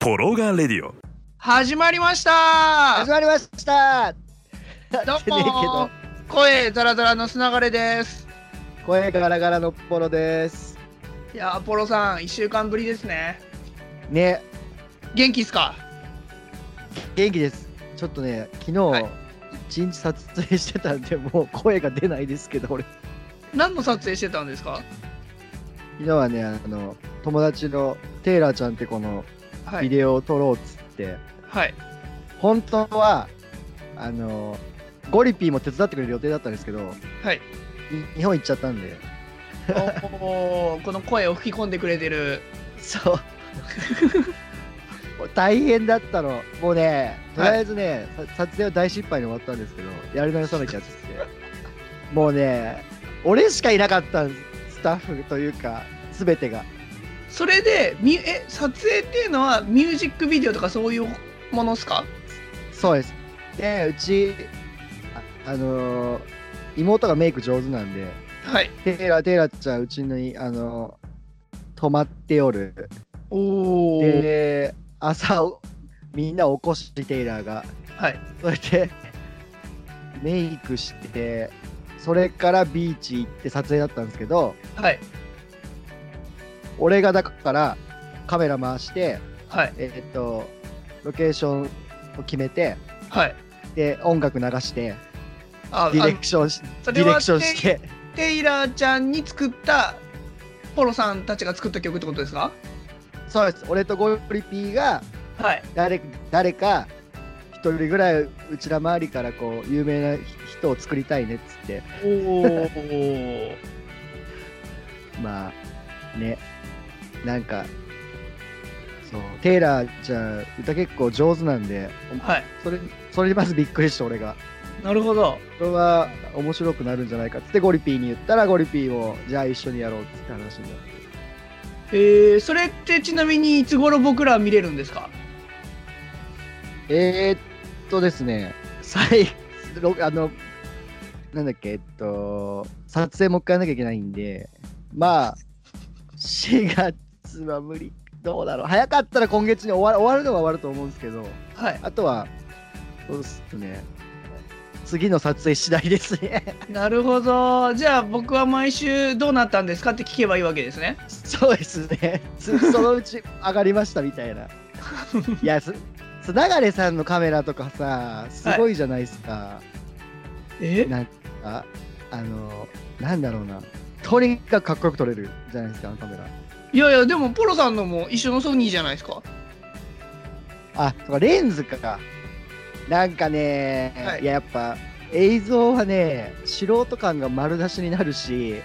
コロガレディオ始まりました 始まりましたどうねえけもど声ザラザラのすながれです声がガラガラのポロですいやアポロさん1週間ぶりですねね元気っすか元気ですちょっとね昨日はい一日撮影してたんでもう声が出ないですけど俺何の撮影してたんですか昨日はねあの友達のテイラーちゃんって子のはビいデオを撮ろうっつって、はい本当はあのゴリピーも手伝ってくれる予定だったんですけどはいい日本行っちゃったんでおおこの声を吹き込んでくれてるそうもう 大変だったのもうねとりあえずね、さ撮影は大失敗に終わったんですけどやり直さなきゃっつってもうね俺しかいなかったんスタッフというか全てがそれでみえ撮影っていうのはミュージックビデオとかそういうものっすかそうですでうちあ、あのー妹がメイク上手なんではいテイラーテイラーちゃんうちにあのー泊まっておるおおで朝おみんな起こしてテイラーがはいそれでメイクしてそれからビーチ行って撮影だったんですけどはい俺がだからカメラ回してはいえーっとロケーションを決めてはいで音楽流してああディレクションしそデれィレはクションテイしてテイラーちゃんに作ったポロさんたちが作った曲ってことですかそうです俺とゴリピーがはい誰誰か一人ぐらいうちら周りからこう有名な人を作りたいねっつっておおまあね、なんか、そう、テイラーちゃん、歌結構上手なんで、はいそれ、それにまずびっくりした俺が。なるほどこれは面白くなるんじゃないかっつってゴリピーに言ったら、ゴリピーも、じゃあ一緒にやろうっつって話になって。えー、それってちなみにいつ頃僕ら見れるんですかえー、っとですね、最、ろあの、なんだっけ、えっと、撮影もう一回やんなきゃいけないんで、まあ、4月は無理。どうだろう早かったら今月に終わる終わるのは終わると思うんですけど、はいあとは、そうですね。次の撮影次第ですね。 なるほどじゃあ僕は毎週どうなったんですかって聞けばいいわけですねそうですね。つそのうち上がりましたみたいな。いや、す、す流れさんのカメラとかさ、すごいじゃないですか。えなんか、あの、なんだろうな。とにかくかっこよく撮れるじゃないですか、あのカメラ。いやいやでもポロさんのも一緒のソニーじゃないですかあ、そうか、レンズか。なんかね、はいい、や、やっぱ映像はね、素人感が丸出しになるし、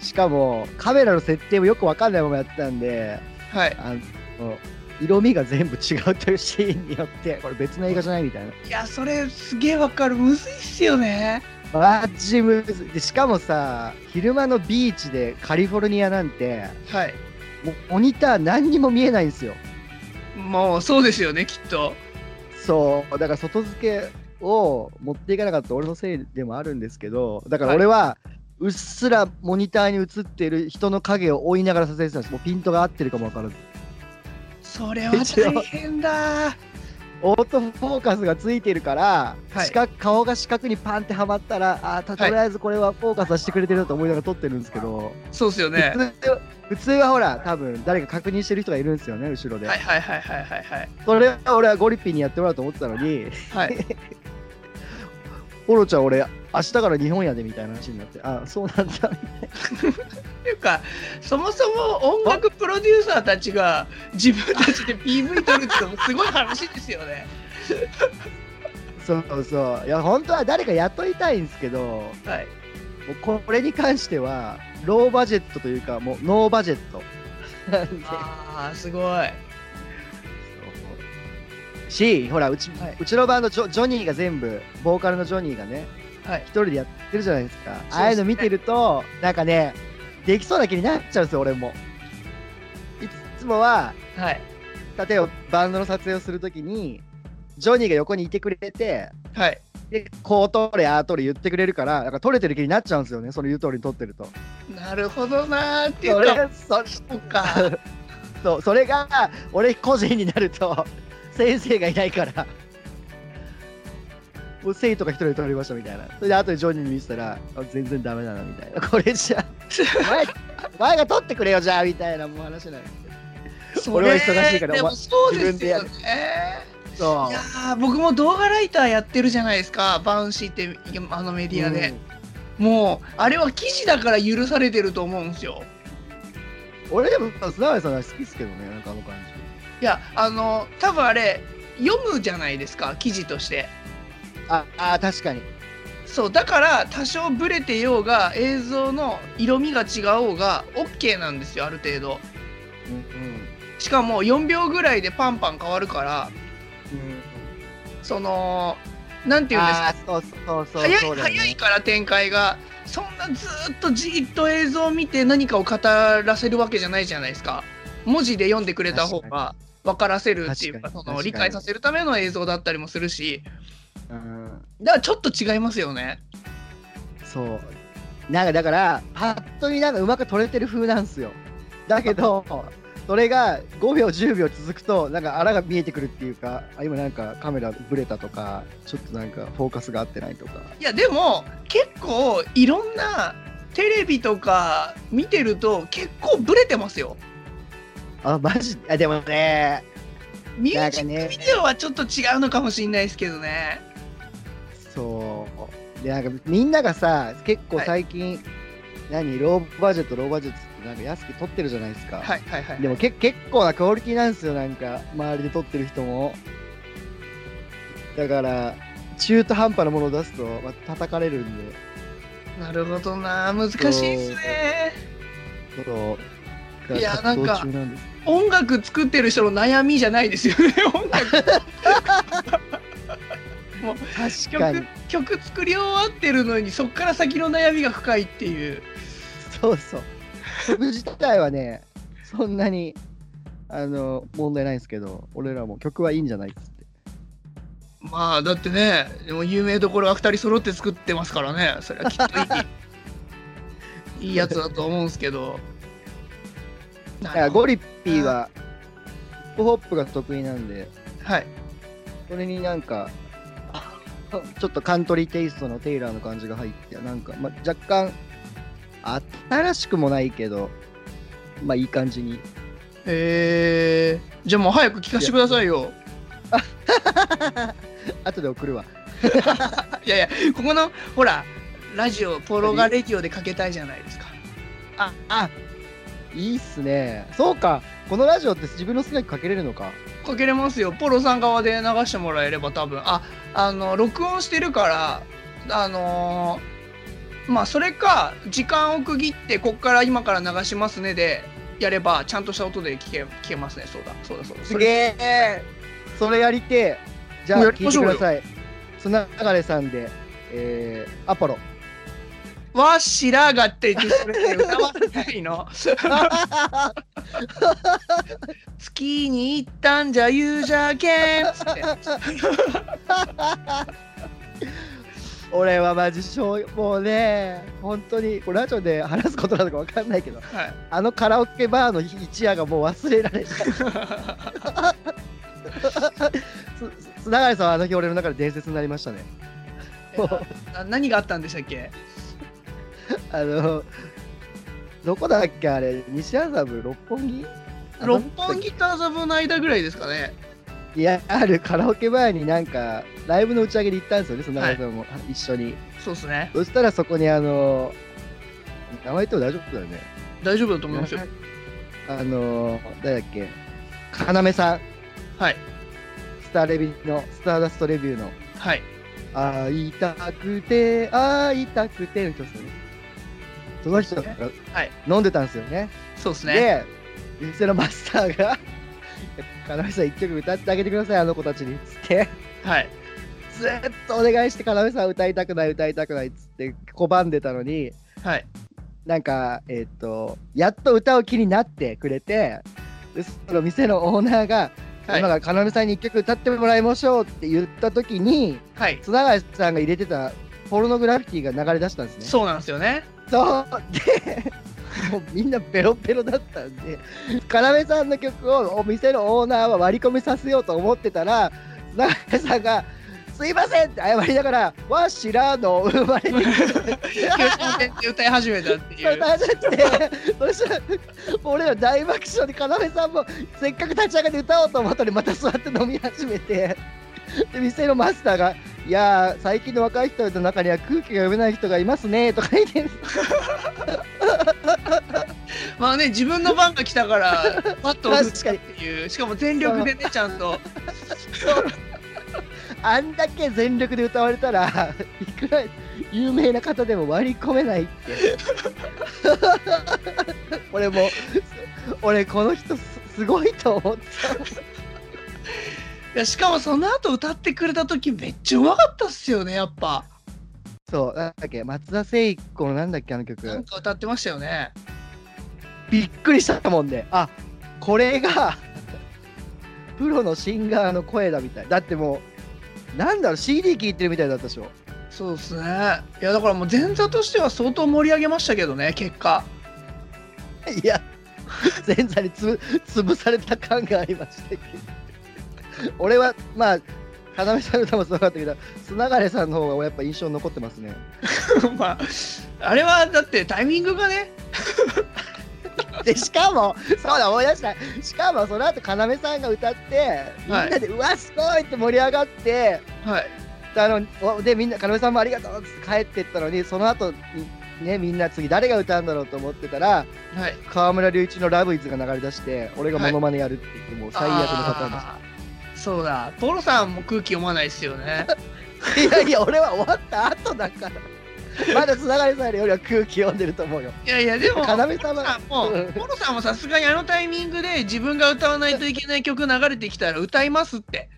しかもカメラの設定もよくわかんないままやってたんで、はいあの色味が全部違うというシーンによって、これ別の映画じゃないみたいな。いやそれすげえわかるむずいっすよねマジムで、しかもさ、昼間のビーチでカリフォルニアなんて、はいもうモニター何にも見えないんですよ。もうそうですよねきっとそう、だから外付けを持っていかなかった俺のせいでもあるんですけど、だから俺は、うっすらモニターに映っている人の影を追いながら撮影してたんです。もうピントが合ってるかもわからず。それは大変だオートフォーカスがついてるから、はい四角顔が四角にパンってはまったら、あーたとはいりあえずこれはフォーカスはしてくれてるなと思いながら撮ってるんですけど、そうっすよね普通は普通はほら、多分誰か確認してる人がいるんですよね、後ろで。はいはいはいはいはいはいそれは俺はゴリッピーにやってもらおうと思ってたのに、はいオロちゃん俺明日から日本やでみたいな話になってあそうなんだっていうかそもそも音楽プロデューサーたちが自分たちで PV 撮るってのもすごい話ですよね。そうそういや本当は誰か雇いたいんですけどもはい、うこれに関してはローバジェットというかもうノーバジェットなんでああすごい。はそうしほらうち,、はいうちのバンドジョジョニーが全部ボーカルのジョニーがねい一人でやってるじゃないですすかねああいうの見てるとなんかねできそうな気になっちゃうんですよ俺もいつもははい例えばバンドの撮影をするときにジョニーが横にいてくれてはい。でこう撮れああ撮れ言ってくれるからなんか撮れてる気になっちゃうんですよねその言う通りに撮ってるとなるほどなーっていそうれかがそそうかそうそれが俺個人になると 先生がいないからもう生徒が一人で取られましたみたいなそれで後でジョニーに見せたらあ全然ダメだなみたいなこれじゃお前 お前が取ってくれよじゃあみたいなもう話になるそ俺れは忙しいからでおも前そうですよね自。いそやー僕も動画ライターやってるじゃないですか、バウンシーってあのメうディアで、もうあれは記事だから許されてると思うんですよ。うん俺でも素直にその好きですけどねなんかあの感いや、あの多分あれ、読むじゃないですか、記事として。じああ確かにそうだから多少ブレてようが映像の色味が違おうが OK なんですよある程度うんうんしかも4秒ぐらいでパンパン変わるからそのなんて言うんですかあーそうそうそう早そいうだよね早いから展開がそんなずーっとじーっと映像を見て何かを語らせるわけじゃないじゃないですか文字で読んでくれた方が分からせるっていうか確かにその確かに理解させるための映像だったりもするしうんだからちょっと違いますよねそうなんかだからパッと見なんかうまく撮れてる風なんすよだけどそれが5秒10秒続くとなんかあらが見えてくるっていうかあ今なんかカメラブレたとかちょっとなんかフォーカスが合ってないとかいやでも結構いろんなテレビとか見てると結構ブレてますよあマジあでもねミュなーんジかッねクビデオはちょっと違うのかもしれないですけどねそうでなんかみんながさ結構最近、何ローバージェットローバージェットってなんか安く撮ってるじゃないですか、はいはいはいでもけ結構なクオリティなんですよ、なんか、周りで撮ってる人も。だから、中途半端なものを出すと、まあ叩かれるんで、なるほどな難しいですねちょっと、いや葛藤なんか中なんです音楽作ってる人の悩みじゃないですよね音楽確かに曲、曲作り終わってるのにそっから先の悩みが深いっていうそうそう。曲自体はね、そんなに、あの、問題ないんですけど、俺らも曲はいいんじゃないっつって。まあだってねでも有名どころは2人揃って作ってますからねそれはきっとい いいいやつだと思うんですけどだから、ゴリッピーは、ヒップホップが得意なんで、はいそれになんか、ちょっとカントリーテイストのテイラーの感じが入って、なんか、まあ、若干、新しくもないけど、まあいい感じに。 えー、じゃあもう早く聞かせてくださいよ後で送るわ。いやいやここのほらラジオポロガレディオでかけたいじゃないですかあ、あいいっすね。そうか、このラジオって自分の好きな曲かけれるのか。かけれますよポロさん側で流してもらえれば多分ああの録音してるからあのーまあそれか時間を区切ってこっから今から流しますねでやればちゃんとした音で聞け聞けますねそうだそうだそうだそれげえそれやりてえ。じゃあ、もうやり聞まいしてょうくよださい。砂流さんで、えー、アポロ。わしらがって言って それって歌わせないの月に行ったんじゃ言うじゃけんっつって俺はマジしょうもうね本当にこれラジオで話すことなのか分かんないけど はいあのカラオケバーの一夜がもう忘れら れないつつながりさんはあの日俺の中で伝説になりましたねな何があったんでしたっけあのどこだっけあれ西麻布六本木六本木と麻布の間ぐらいですかねいやあるカラオケバーになんかライブの打ち上げで行ったんですよねその中井さんも、一緒にそうですねそしたらそこにあの名前言っても大丈夫だよね大丈夫だと思いますよ。あの誰だっけ要さんはい。スターレビューの、スターダストレビューの、はい。会いたくて、会いたくての人ですよね。その人がはい飲んでたんですよね。そうですね。で、店のマスターが、 かなめさん一曲歌ってあげてください、あの子たちに。つって、はい。ずーっとお願いして、かなめさん歌いたくない、歌いたくないっつって拒んでたのに、はい。なんか、えっ、と、やっと歌う気になってくれて、でその店のオーナーが、はい。今からかなめさんに一曲歌ってもらいましょうって言った時に、はい。津永さんが入れてたポルノグラフィティが流れ出したんですね。そうなんですよね。そうでもうみんなベロベロだったんで要さんの曲をお店のオーナーは割り込みさせようと思ってたら砂原さんが「すいません!」って謝りながら「わしらの生まれて広島弁って歌い始めたっていそれ う。大事って、そしたら、もう俺ら大爆笑で、要さんもせっかく立ち上がって歌おうと思ったのに、また座って飲み始めて、で店のマスターが、いやー、最近の若い人の中には空気が読めない人がいますねとか言って、まあね、自分の番が来たから、パッと押すっていう、しかも全力でね、ちゃんと。あんだけ全力で歌われたら、いくら有名な方でも割り込めないって。俺も、俺、この人す、すごいと思って。いや、しかもその後歌ってくれた時、めっちゃうまかったっすよね、やっぱ。そう、なんだっけ、松田聖子のなんだっけ、あの曲。なんか歌ってましたよね。びっくりしたもんねあこれがプロのシンガーの声だみたいだってもうなんだろう CD 聴いてるみたいだったでしょそうですね。いや、だからもう前座としては相当盛り上げましたけどね、結果。 いや前座につぶ潰された感がありましたけど俺はまあ要さんの歌もすごかったけど砂枯さんの方がやっぱ印象に残ってますねまあ、あれはだってタイミングがね、でしかもそうだ思い出したしかもその後要さんが歌ってみんなで、うわすごいって盛り上がってはい。あのおでみんな要さんもありがとうっつって帰ってったのにその後にねみんな次誰が歌うんだろうと思ってたらはい。河村隆一の「ラブイズが流れ出して俺がモノマネやるって言って、もう最悪のパターンであーそうだ、ポロさんも空気読まないですよ ね。すいやいや俺は終わった後だからまだ繋がりさんよりは空気読んでると思うよいやいや、でも、要ポさんロはさんもうん、ポロさんもさすがにあのタイミングで自分が歌わないといけない曲流れてきたら歌いますって。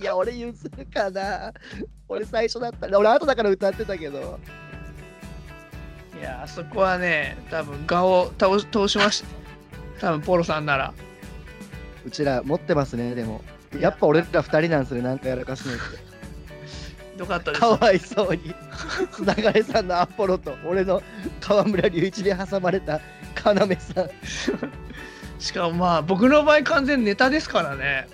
いや俺譲るかな俺最初だった俺後だから歌ってたけどいやー、そこはね、多分顔を倒し通しました。多分ポロさんなら。うちら持ってますねでもやっぱ俺ら二人なんすねなんかやらかすのってよかったですか。わいそうに砂れさんのアポロと俺の河村隆一で挟まれた要さんしかもまあ、僕の場合完全ネタですからね。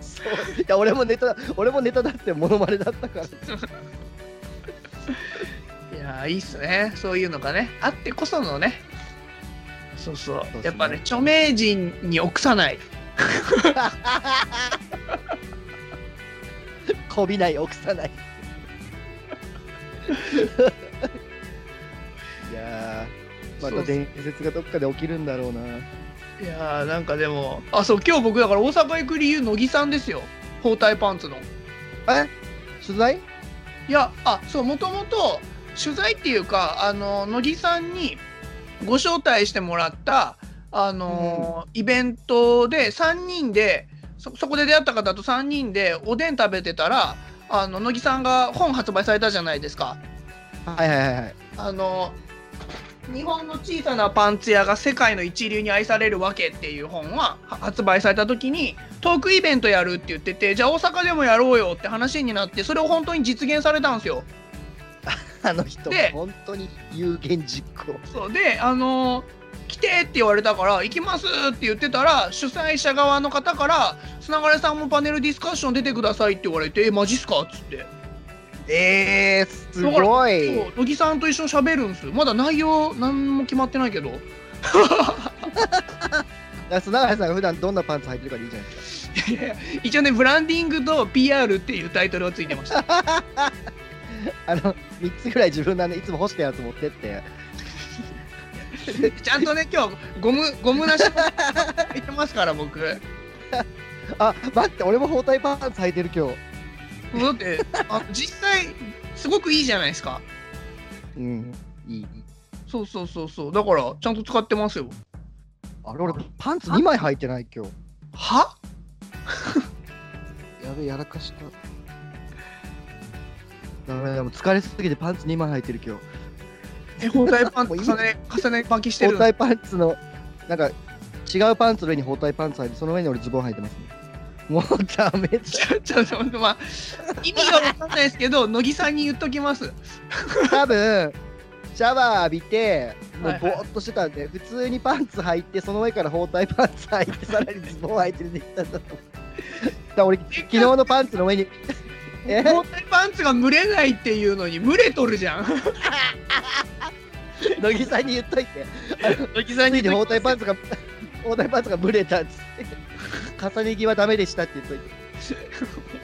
そういや俺もネタ俺もネタだってモノマネだったからいやーいいっすねそういうのがねあってこそのねそうそうそうっすねやっぱね著名人に臆さないこびない臆さない いやーまそうたっす伝説がどっかで起きるんだろうないやーなんかでもあそう今日僕だから大阪行く理由乃木さんですよ包帯パンツのえ取材いやあそうもともと取材っていうかあの乃木さんにご招待してもらったあのーイベントで3人でそそこで出会った方と3人でおでん食べてたらあの乃木さんが本発売されたじゃないですか。はいはいはいはいあの日本の小さなパンツ屋が世界の一流に愛されるわけっていう本はは発売された時にトークイベントやるって言っててじゃあ大阪でもやろうよって話になってそれを本当に実現されたんですよ。あの人で本当に有言実行そうであの来てって言われたから行きますって言ってたら主催者側の方から「砂がれさんもパネルディスカッション出てください」って言われて「えマジっすか?」っつってえー、すごいそう乃木さんと一緒に喋るんですよまだ内容何も決まってないけどだから砂原さんが普段どんなパンツ履いてるかでいいじゃないですいやいや 一応ねブランディングと PR っていうタイトルをついてました か。あの、3つぐらい自分のあのいつも干したやつ持ってって、ちゃんとね今日ゴムゴムなしも入ってますから僕もあ、待って、俺も包帯パンツ履いてる今日。うだってあ実際すごくいいじゃないですかうん、いい。そうそうそうそうだからちゃんと使ってますよあれ、俺パンツ2枚履いてない今日。はやべえ、やらかした。ダメだ、もう疲れすぎてパンツ2枚履いてる今日。え包帯パンツ 重ね重ねパンキして包る帯パンツの、なんか、違うパンツの上に包帯パンツ履いて、その上に俺ズボン履いてますね。もうダメだ。ちょちょっと待ってまあ意味がわかんないですけど乃木さんに言っときます多分シャワー浴びて、もはういぼはいーっとしてたんで、普通にパンツ履いて、その上から包帯パンツ履いて、さらにズボン履いて出てきたんだと思う。だから俺、昨日のパンツの上に、え包帯パンツが蒸れないっていうのに蒸れとるじゃん乃木さんに言っといて、乃木さついに包帯パンツが、包帯パンツが蒸れたっつって、重ね着はダメでしたって言っといて。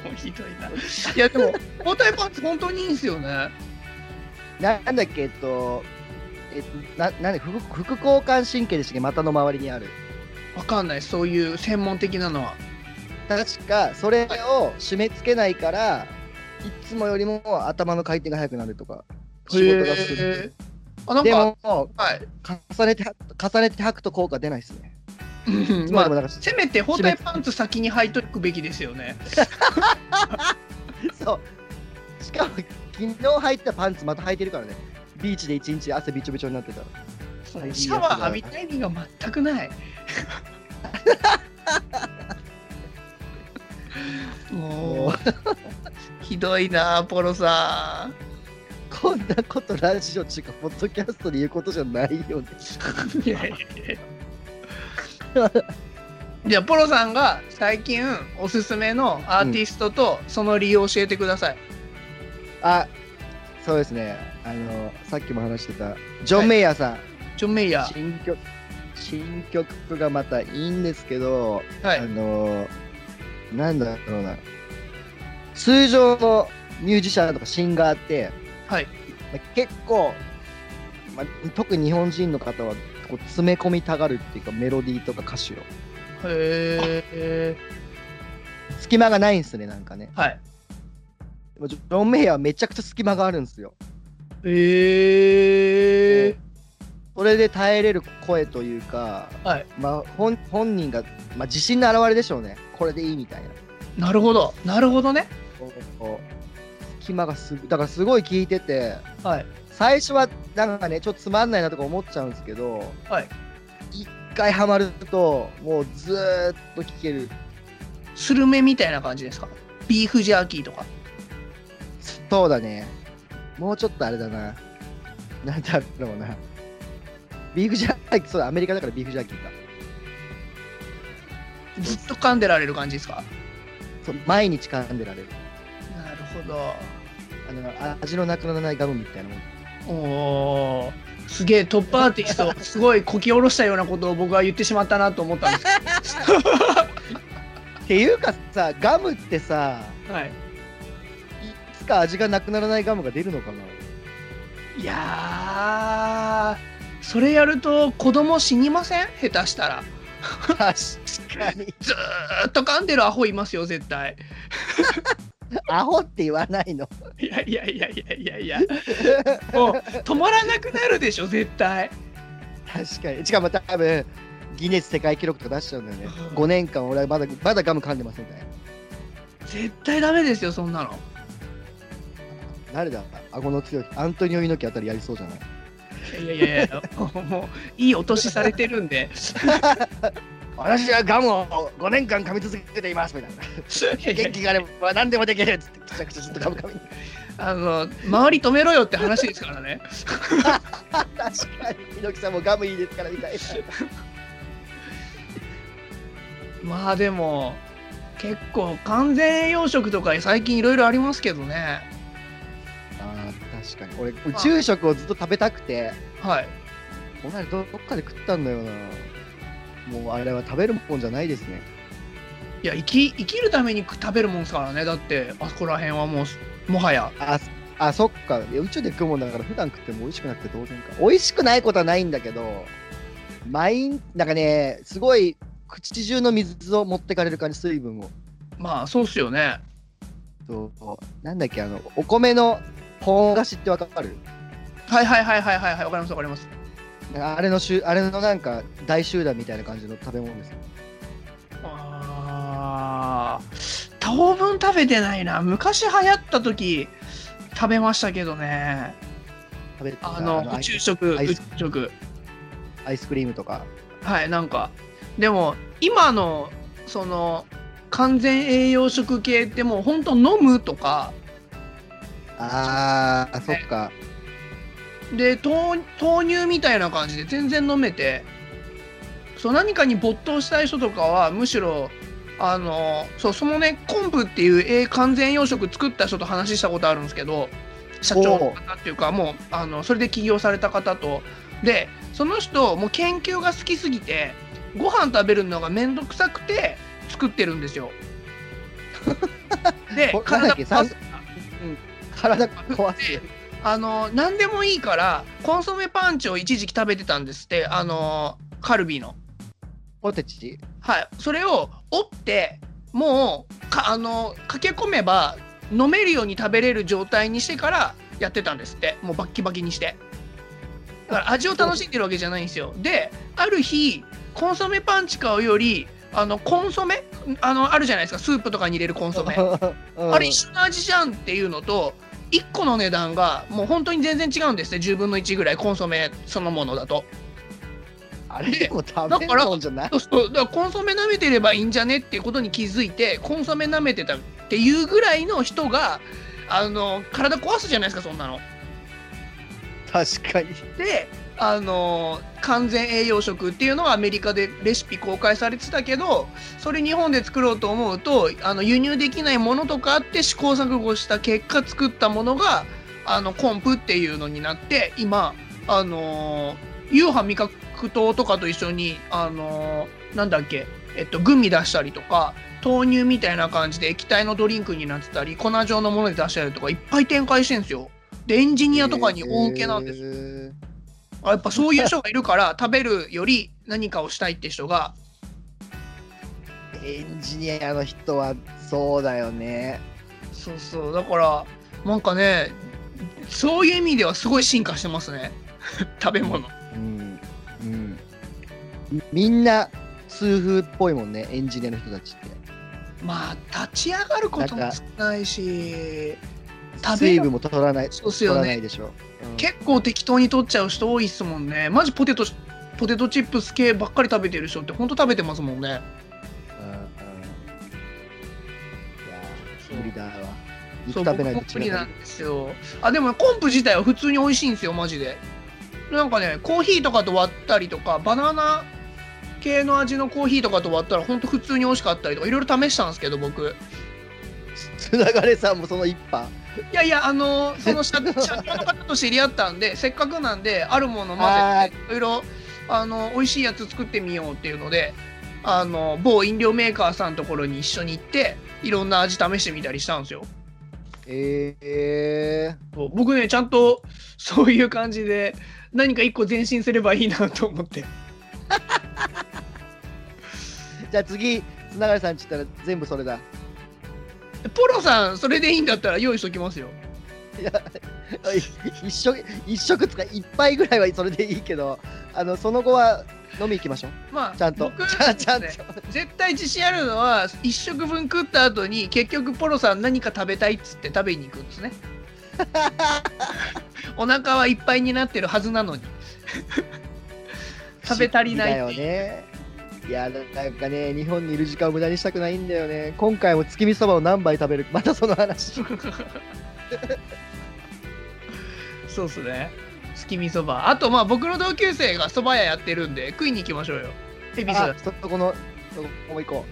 もうひどいな。いやでも、包帯パンツ本当にいいんですよね。ななんだっけ、えっと、えっと、ななんだ副副交感神経でしたっけ、股の周りにある。わかんない、そういう専門的なのは。確かそれを締め付けないからいつもよりも頭の回転が速くなるとか仕事がするへーあ、なんでか、も重はい。ねては重ねて履くと効果出ないですねうんままあでもあ、なんかせめて包帯パンツ先に履いとくべきですよね。 そうしかも昨日履いてたパンツまた履いてるからねビーチで一日汗びちょびちょになってたシはいャワー浴びた意味が全くない。ももう、ひどいな、ポロさん。 こんなことラジオっていうかポッドキャストで言うことじゃないよねいやいやいやじゃあポロさんが最近おすすめのアーティストとその理由を教えてください、あそうですねあのさっきも話してたジョン・メイヤーさん、ジョン・メイヤー新曲新曲がまたいいんですけどはあいのーなんだろうな通常のミュージシャンとかシンガーって、はいまあ結構、まあ、特に日本人の方はこう詰め込みたがるっていうかメロディーとか歌詞をへえ隙間がないんですねなんかねはいでもジョン・メイヤーはめちゃくちゃ隙間があるんですよへえそれで耐えれる声というか、はいまあ、本本人が、まあ、自信の表れでしょうねこれでいいみたいななるほどなるほどねこうこう隙間がすぐだからすごい聞いててはい最初はなんかねちょっとつまんないなとか思っちゃうんですけど、はい一回ハマるともうずーっと聴けるスルメみたいな感じですかビーフジャーキーとかそうだねもうちょっとあれだななんだろうなビーフジャーキーそうだアメリカだからビーフジャーキーかずっと噛んでられる感じですかそう毎日噛んでられるなるほどあのあ味のなくならないガムみたいなもんおーすげえトップアーティストすごいこき下ろしたようなことを僕は言ってしまったなと思ったんですっていうかさガムってさけど、はい、いつか味がなくならないガムが出るのかないやーそれやると子供死にません下手したら確かにずーっと噛んでるアホいますよ絶対アホって言わないのいやいやいやいやいやいやもう止まらなくなるでしょ絶対確かにしかも多分ギネス世界記録とか出しちゃうんだよねうん5年間俺はまだまだガム噛んでませんみたいな絶対ダメですよそんなの誰だ顎の強いアントニオ猪木あたりやりそうじゃないいやいやいやもうもういいお年されてるんで私はガムを5年間噛み続けていますみ たいな元気があれば何でもできるっつってくちゃくちゃずっとガム噛みあの周り止めろよって話ですからね確かに猪木さんもガムいいですからみ たいなまあでも結構完全栄養食とか最近いろいろありますけどねあー確かに俺宇宙食をずっと食べたくてはいこの間どっかで食ったんだよなもうあれは食べるもんじゃないですねいや生き生きるために食べるもんですからねだってあそこら辺はもうもはやあ、あそっか。いや宇宙で食うもんだから普段食っても美味しくなくて当然か。美味しくないことはないんだけど、マイン、なんかね、すごい口中の水を持ってかれる感じ、水分を。まあそうっすよねそうなんだっけ、あの、お米のポーン菓子ってわかるはいはいはいはいはいはいわかりますわかりますあれの集、あれのなんか大集団みたいな感じの食べ物ですよ。あー当分食べてないな昔流行った時食べましたけどね食べてたあのア宇イ宙食アイ宇宙食アイスクリームとか。はいなんかでも今のその完全栄養食系ってもうほんと飲むとかあー、あそっか。で豆豆乳みたいな感じで全然飲めてそう何かに没頭したい人とかはむしろあのそうそのね昆布っていうえー完全養殖作った人と話したことあるんですけど社長の方っていうかもうあのそれで起業された方とでその人もう研究が好きすぎてご飯食べるのが面倒くさくて作ってるんです よ。でこなん体だっけパスさうん 体壊すあの何でもいいからコンソメパンチを一時期食べてたんですってあのカルビーの。ポテチはい、それを折ってもうかあの駆け込めば飲めるように食べれる状態にしてからやってたんですってもうバッキバキにしてだから味を楽しんでるわけじゃないんですよである日コンソメパンチ買うよりあのコンソメあのあるじゃないですかスープとかに入れるコン ソメああれ一緒の味じゃんっていうのと1個の値段がもう本当に全然違うんですね10分の1ぐらいコンソメそのものだとあれでも食べるもんじゃないそうそうだからコンソメ舐めてればいいんじゃねっていうことに気づいてコンソメ舐めてたっていうぐらいの人があの体壊すじゃないですかそんなの。確かにであの完全栄養食っていうのはアメリカでレシピ公開されてたけどそれ日本で作ろうと思うとあの輸入できないものとかあって試行錯誤した結果作ったものがあのコンプっていうのになって今あの夕飯味覚糖とかと一緒にあのなんだっけえっとグミ出したりとか豆乳みたいな感じで液体のドリンクになってたり粉状のもので出したりとかいっぱい展開してるんですよ。でエンジニアとかに大受けなんですよすあやっぱそういう人がいるから 食べるより何かをしたいって人がエンジニアの人はそうだよねそうそうだからなんかねそういう意味ではすごい進化してますね 食べ物うんうんみんな痛風っぽいもんねエンジニアの人たちってまあ立ち上がることも少ないし食べ水る分も取らないそうっす取よらないねでしょ、うん結構適当に取っちゃう人多いっすもんねマジポテトポテトチップス系ばっかり食べてる人ってほんと食べてますもんねうんうんいやそうー無理だわそ肉う食べ僕ないもと無理違うなんですよあでもコンプ自体は普通に美味しいんですよマジでなんかねコーヒーとかと割ったりとかバナナ系の味のコーヒーとかと割ったらほんと普通に美味しかったりとかいろいろ試したんですけど僕つながれさんもその一杯いやいやあのその 社社長の方と知り合ったんでせっかくなんであるもの混ぜていろいろあの美味しいやつ作ってみようっていうのであの某飲料メーカーさんのところに一緒に行っていろんな味試してみたりしたんですよええそう僕ねちゃんとそういう感じで何か一個前進すればいいなと思ってじゃあ次つながれさんちったら全部それだポロさんそれでいいんだったら用意しときますよ 一食一食つか一杯ぐらいはそれでいいけどあのその後は飲み行きましょうまあちゃんと僕ちゃんちゃんとね絶対自信あるのは一食分食った後に結局ポロさん何か食べたいっつって食べに行くん ですねお腹はいっぱいになってるはずなのに食べ足りない不思議だよねいやなんかね日本にいる時間を無駄にしたくないんだよね今回も月見そばを何杯食べるまたその話そうっすね月見そばあとまあ僕の同級生がそば屋やってるんで食いに行きましょうよ恵比寿 あそこのそこも行こ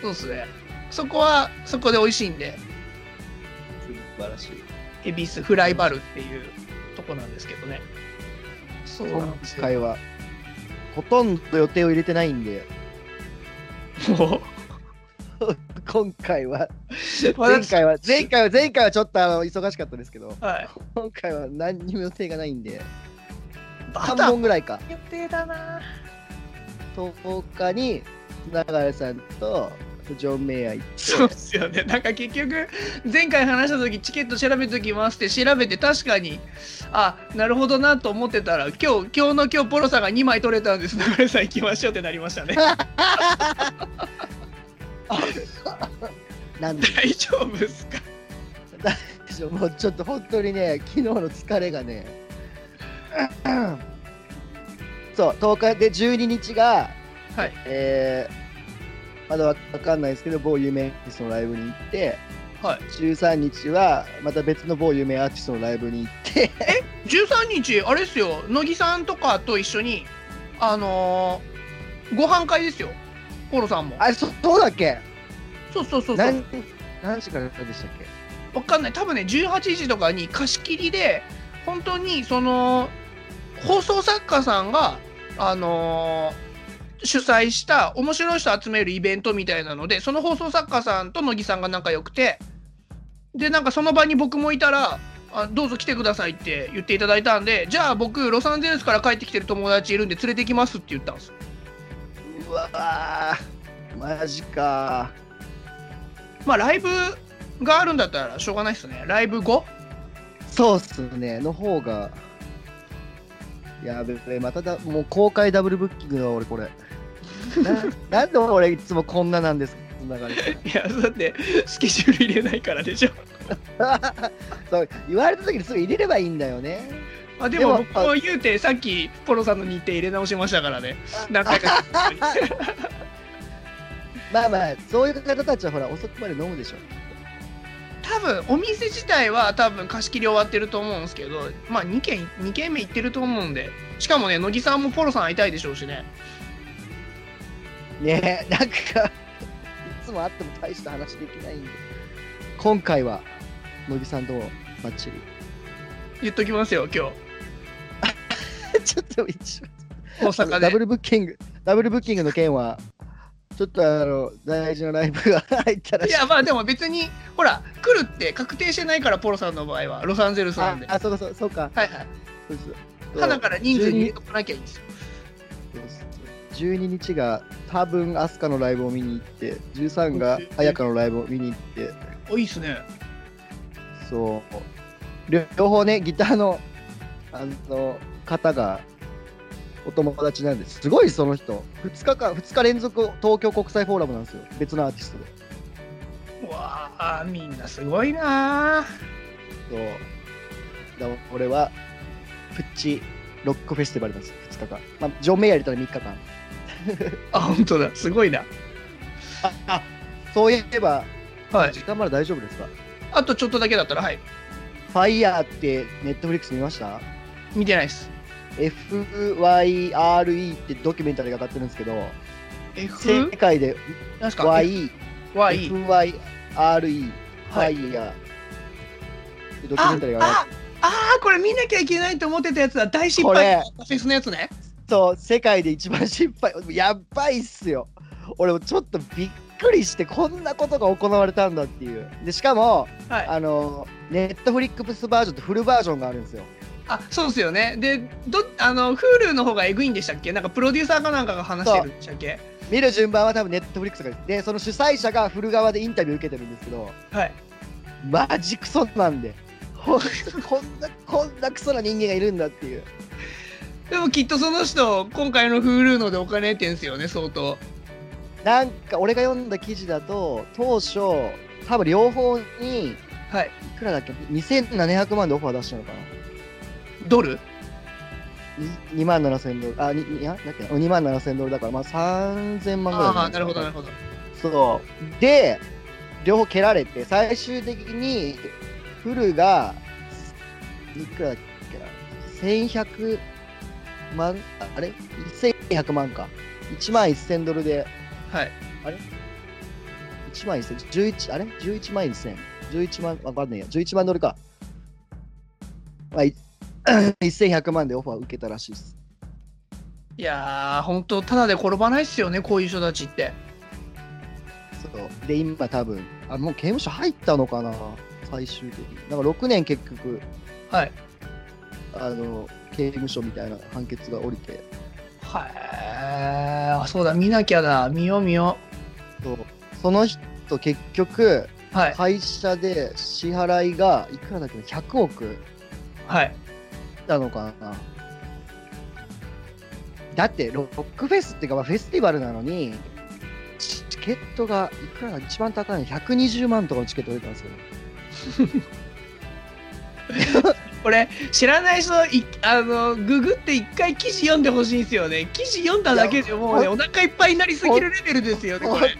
うそうっすねそこはそこで美味しいんで素晴らしい恵比寿フライバルっていうとこなんですけどねそうな今んですよ回はほとんど予定を入れてないんでもう今回は前私回は前回は前回はちょっとあの忙しかったですけどはい今回は何にも予定がないんでバ3タ本ぐらいか予定だな10日に永井さんとジョン・メイヤー行ってそうっすよねなんか結局前回話した時チケット調べときますって調べて確かにあなるほどなと思ってたら今日今日の今日ポロさんが2枚取れたんです流れさん行きましょうってなりました ねなんで 大丈夫ですかしょうもうちょっと本当にね昨日の疲れがね そう10日で12日がはいえーまだわかんないですけど某有名アーティストのライブに行ってはい13日はまた別の某有名アーティストのライブに行っ13日あれですよ乃木さんとかと一緒にあのー、ご飯会ですよポロさんもあれ、そそうだっけそうそうそうそう何何時からでしたっけわかんない多分ね18時とかに貸し切りで本当にその放送作家さんがあのー主催した面白い人集めるイベントみたいなのでその放送作家さんと乃木さんが仲良くてでなんかその場に僕もいたらあどうぞ来てくださいって言っていただいたんでじゃあ僕ロサンゼルスから帰ってきてる友達いるんで連れてきますって言ったんですうわー、マジかまあライブがあるんだったらしょうがないですねライブ後そうっすね、の方が。やべえ、まただ、もう公開ダブルブッキングだ、俺、これ。 ななんで俺、いつもこんななんですか、この流れ。いやだってスケジュール入れないからでしょそう言われた時にすぐ入れればいいんだよね。あででもも僕も言うてさっきポロさんの日程入れ直しましたからねあ何回かまあまあ、そういう方たちはほら、遅くまで飲むでしょ。多分お店自体は多分貸し切り終わってると思うんですけどまあ2軒二軒目行ってると思うんでしかもね乃木さんもポロさん会いたいでしょうしねねえ、なんか、いつもあっても大した話できないんで。今回は、乃木さんともバッチリ。言っときますよ今日 ちょっと一大応。阪ダブでルブッキング、ダブルブッキングの件は、ちょっとあの、大事なライブが入ったらしいやまあでも別にほら来るって確定してないからポロさんの場合はロサンゼルスなあんではあ、そうかそうそうか。いはいそうそう花から人数に入れとかなきゃいいんですよそうそう12日が多分アスカのライブを見に行って、13が綾香のライブを見に行って、おいいっすねそう、両両方ね、ギターのあの方がお友達なんです。すごいその人。2日間、2日連続東京国際フォーラムなんですよ。別のアーティストで。うわあみんなすごいなあそう。だから俺は、プッチロックフェスティバルなんです、2日間。まあ、ジョン・メイヤー入れたら3日間。あ本当だすごいなあ、あそういえば、はい時間まだ大丈夫ですかあとちょっとだけだったらはいファイヤーってネットフリックス見ました見てないです。 ?FYRE ってドキュメンタリーが上がってるんですけど、世 F? 界でなんすか YE、 Y? FYRE、フはァい。イヤーってドキュメあンタリーが上がっああーこれ見なきゃいけないと思ってたやつだ。大失敗フェスのやつね。そう、世界で一番失敗、やばいっすよ。俺もちょっとびっくりして、こんなことが行われたんだっていう。で、しかも、はい。ああの、ネットフリックスバージョンとフルバージョンがあるんですよ。そうですよね。で、どあの Hulu の方がえぐいんでしたっけ？なんかプロデューサーかなんかが話してるんでしたっけ？見る順番は多分ネットフリックスがで、その主催者がフル側でインタビュー受けてるんですけど、はい。マジクソなんで。ほんとこんな、こんなクソな人間がいるんだっていう。でもきっとその人今回の Hulu のでお金得てんすよね相当。なんか、俺が読んだ記事だと、当初、多分両方に、いはい。くらだっけ ?2700 万でオファー出したのかなドル？ 2万7000ドル、あ、にいやだっけ2万7000ドルだから、まあ3000万ぐらい。ああーなるほどなるほど。そう。で、両方蹴られて、最終的に、フルが、いくらだっけな、1100万、あれ ?1100 万か。1万1000ドルで、はい。 1万1000、11、あれ ?11 万1000。11万、わかんないや、11万ドルか。まあ、 い1100万でオファー受けたらしいです。いやー本当ただで転ばないっすよねこういう人たちって。そうで今多分あもう刑務所入ったのかな最終的にだから6年結局はい。あの刑務所みたいな判決が降りてはい。あそうだ見なきゃだ見よう見よそうその人結局う。はい。会社で支払いがいくらだっけな100億はい。なのかなだってロックフェスっていうかまあフェスティバルなのにチチケットがいくらだ一番高いの120万とかのチケット売れたんですよねこれ知らない人いあのググって一回記事読んでほしいんですよね記事読んだだけでもうねいやお腹いっぱいになりすぎるレベルですよねこれ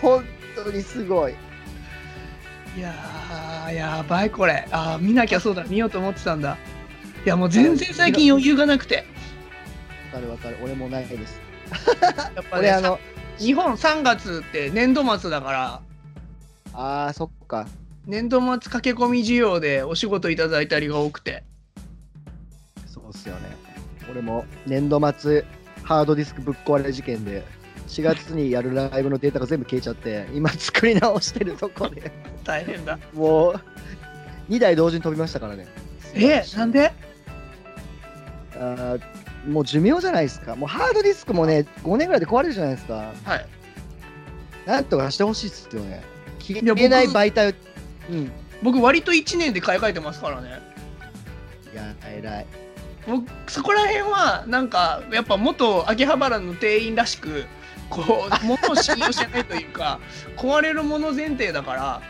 本当にすごいいやーやばいこれあー見なきゃそうだ見ようと思ってたんだいやもう全然最近余裕がなくてわかるわかる。俺もないです。やっぱ俺ねあの、日本3月って年度末だからあー、そっか。年度末駆け込み需要でお仕事いただいたりが多くてそうっすよね。俺も年度末、ハードディスクぶっ壊れ事件で、4月にやるライブのデータが全部消えちゃって、今作り直してるとこ で、大変だもう、2台同時に飛びましたからね。えなんであーもう寿命じゃないですか。もうハードディスクもね、5年ぐらいで壊れるじゃないですか。はいなんとかしてほしいっすよね。消僕えない媒体を。うん。い僕割と1年で買い替えてますからねや、偉い。僕そこら辺はなんかやっぱ元秋葉原の店員らしくこう物を信用してないというか壊れるもの前提だから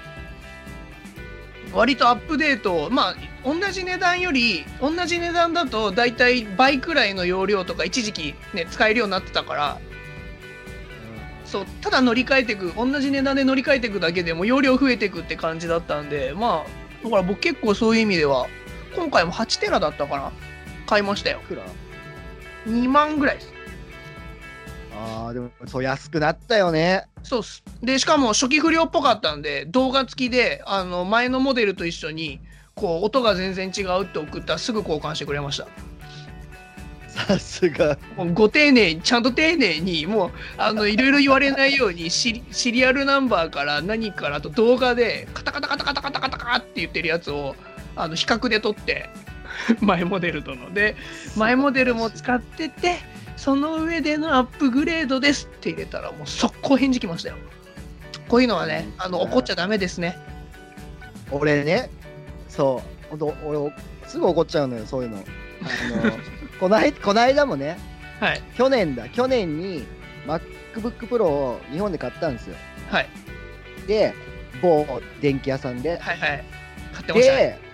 割とアップデートをまあ同じ値段より同じ値段だと大体倍くらいの容量とか一時期ね使えるようになってたからそうただ乗り換えていく同じ値段で乗り換えていくだけでも容量増えていくって感じだったんでまあだから僕結構そういう意味では今回も8テラだったかな買いましたよいくら2万ぐらいですああ、でも、そう、安くなったよね。そうっすでしかも初期不良っぽかったんで動画付きであの前のモデルと一緒にこう音が全然違うって送ったらすぐ交換してくれましたさすが。もうご丁寧にちゃんと丁寧にもうあのいろいろ言われないようにシリシリアルナンバーから何からあと動画でカタカタカタカタカタカタカって言ってるやつをあの比較で撮って 前モデルとので前モデルも使っててその上でのアップグレードですって入れたらもう速攻返事来ましたよこういうのはねあの怒っちゃダメですね俺ねそうほんと俺すぐ怒っちゃうのよそういうの あのこないこないだもねはい去年だ去年に MacBookPro を日本で買ったんですよはいで某電気屋さんで、はいはい買ってましたねで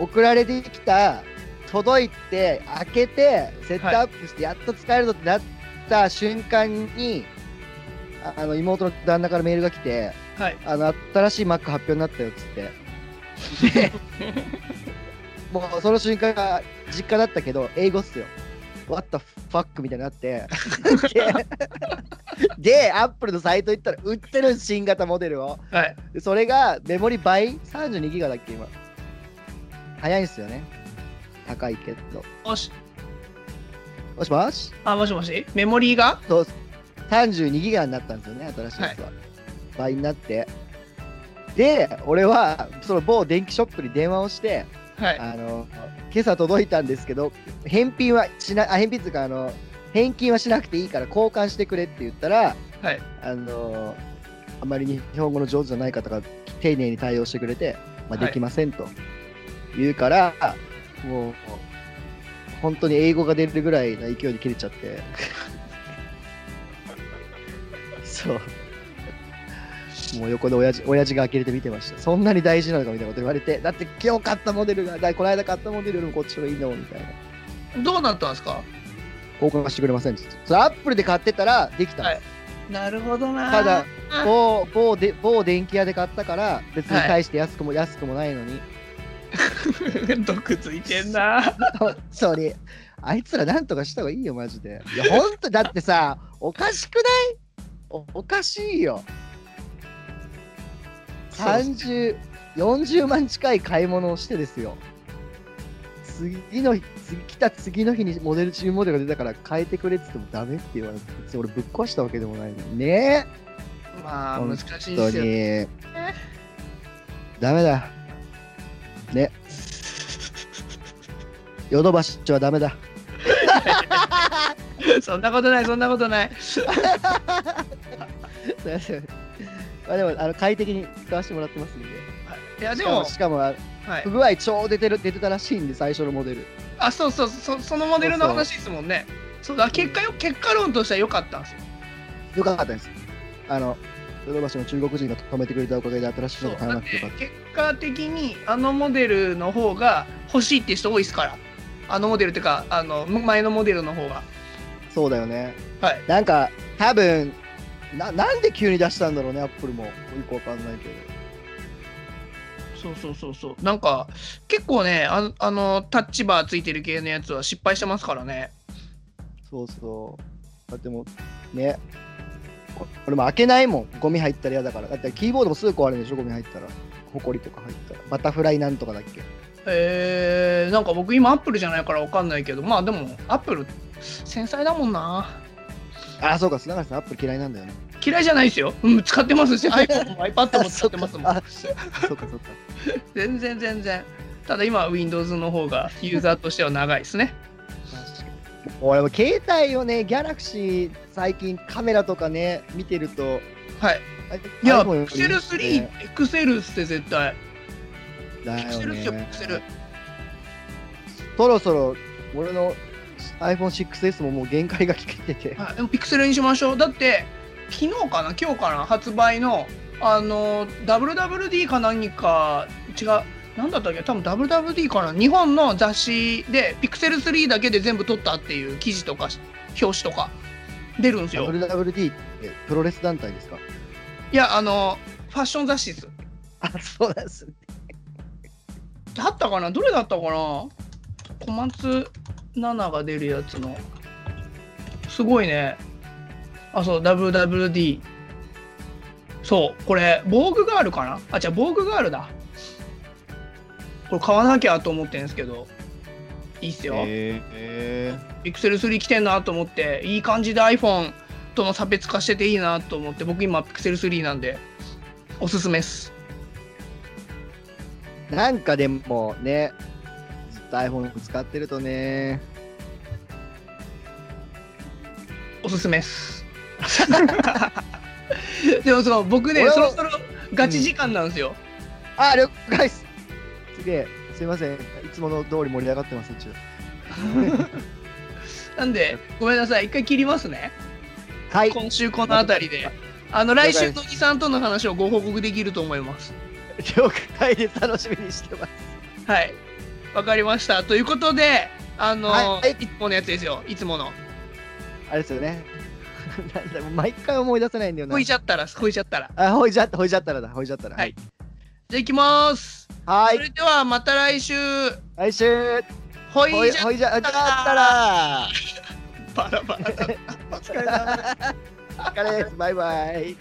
送られてきた届いて開けてセットアップしてやっと使えるぞってなった瞬間に、ああの妹の旦那からメールが来てはいあの新しい Mac 発表になったよっつってでもうその瞬間が実家だったけど英語っすよ What the fuck みたいになって ででアップルのサイト行ったら売ってる新型モデルをはいでそれがメモリ倍32ギガだっけ今早いんすよね高いけどもしもしもしあもしもしメモリーがそう32ギガになったんですよね新しいやつは、倍になってで俺はその某電気ショップに電話をしてはいあの今朝届いたんですけど返品はしなあ返品っていうかあの返金はしなくていいから交換してくれって言ったらはいあのあまりに日本語の上手じゃない方が丁寧に対応してくれて、まあ、はいできませんと言うから、もう本当に英語が出るぐらいの勢いで切れちゃって そうもう横で親父親父が呆れて見てましたそんなに大事なのかみたいなこと言われてだって今日買ったモデルがだこの間買ったモデルよりもこっちの方がいいのみたいなどうなったんですか交換してくれませんって言ってそれアップルで買ってたらできたんです、はいなるほどなただ某某で某電気屋で買ったから別にはい大して安くも、安くもないのに 毒ついてんな本当にあいつらなんとかした方がいいよマジでいや本当だってさおかしくないおおかしいよ3040万近い買い物をしてですよ次の日次来た次の日にモデル中モデルが出たから変えてくれって言ってもダメって言われて別に俺ぶっ壊したわけでもないのにねえまあ難しいです本よ当ねに ダメだねヨドバシはダメ だそんなことないそんなことないすいませんまあでもあの快適に使わせてもらってますんでいやでしかももしかもあのはい不具合超出てる出てたらしいんで最初のモデルあそうそうそそのモデルの話ですもんねそうだ結果よ結果論としては良かったんですよよかったですあのヨドバシの中国人が止めてくれたおかげで新しいそのうが買わだなっくててよかっ結果的にあのモデルの方が欲しいって人多いですからあのモデルっていうかあの前のモデルの方がたそうだよねはいなんか多分ななんで急に出したんだろうねアップルもよくわかんないけどそうそうそうそうなんか結構ねああのタッチバーついてる系のやつは失敗してますからねそうそう。だってもう、ね。こ俺も開けないもん、ゴミ入ったら嫌だから。だってキーボードもすぐ壊れるでしょ、ゴミ入ったら。ホコリとか入ったら。バタフライなんとかだっけ。えー、なんか僕今アップルじゃないからわかんないけどまあでもアップル繊細だもんなああ、そうか、砂川さん、アップル嫌いなんだよね。嫌いじゃないですよ、うん、使って ますし iPhone も iPad も使ってますもんあそうか、そうか。全然全然ただ今は Windows の方がユーザーとしては長いですね確かに俺も携帯をね、ギャラクシー、最近カメラとかね、見てると。はいあいや iPhone より Pixel 3 Excel っすって絶対だ Pixel っすよ Pixel そろそろ俺の iPhone6S ももう限界が来てて、はい、でもピクセルにしましょうだって昨日かな今日かな発売のあの WWD か何か違う何だったっけ多分 WWD かな日本の雑誌でピクセル3だけで全部撮ったっていう記事とか表紙とか出るんですよ WWD ってプロレス団体ですかいやあのファッション雑誌です あ、そうなんです。だったかなどれだったかな小松菜奈が出るやつのすごいねあそう WWD そうこれ防具ガールかなあじゃ防具ガールだこれ買わなきゃと思ってんですけどいいっすよ、えピクセル3来てんなと思っていい感じで iPhone との差別化してていいなと思って僕今ピクセル3なんでおすすめっすなんかでもね、ずっと iPhone 使ってるとね、おすすめっす。 でもそう僕ね俺はそろそろガチ時間なんですよ。あ、了解っす。すげえ、すいません。いつもの通り盛り上がってます、一応。なんでごめんなさい一回切りますね。はい、今週この辺りで。あの来週の木さんとの話をご報告できると思います。了解です。楽しみにしてます。はい。わかりました。ということで、あの、はいい、つものやつですよ。いつもの。あれですよね。 なんだ、もう毎回思い出せないんだよなこい。ちゃったら、こいちゃったら。あ、ほいじゃった、ほいじゃったらだ、ほいじゃったら。はいじゃあ行きます。はそい、れではまた来週。来週、ほほいいじゃほいじゃったら。バラバラだった。お疲れ様お疲れです。バイバイ。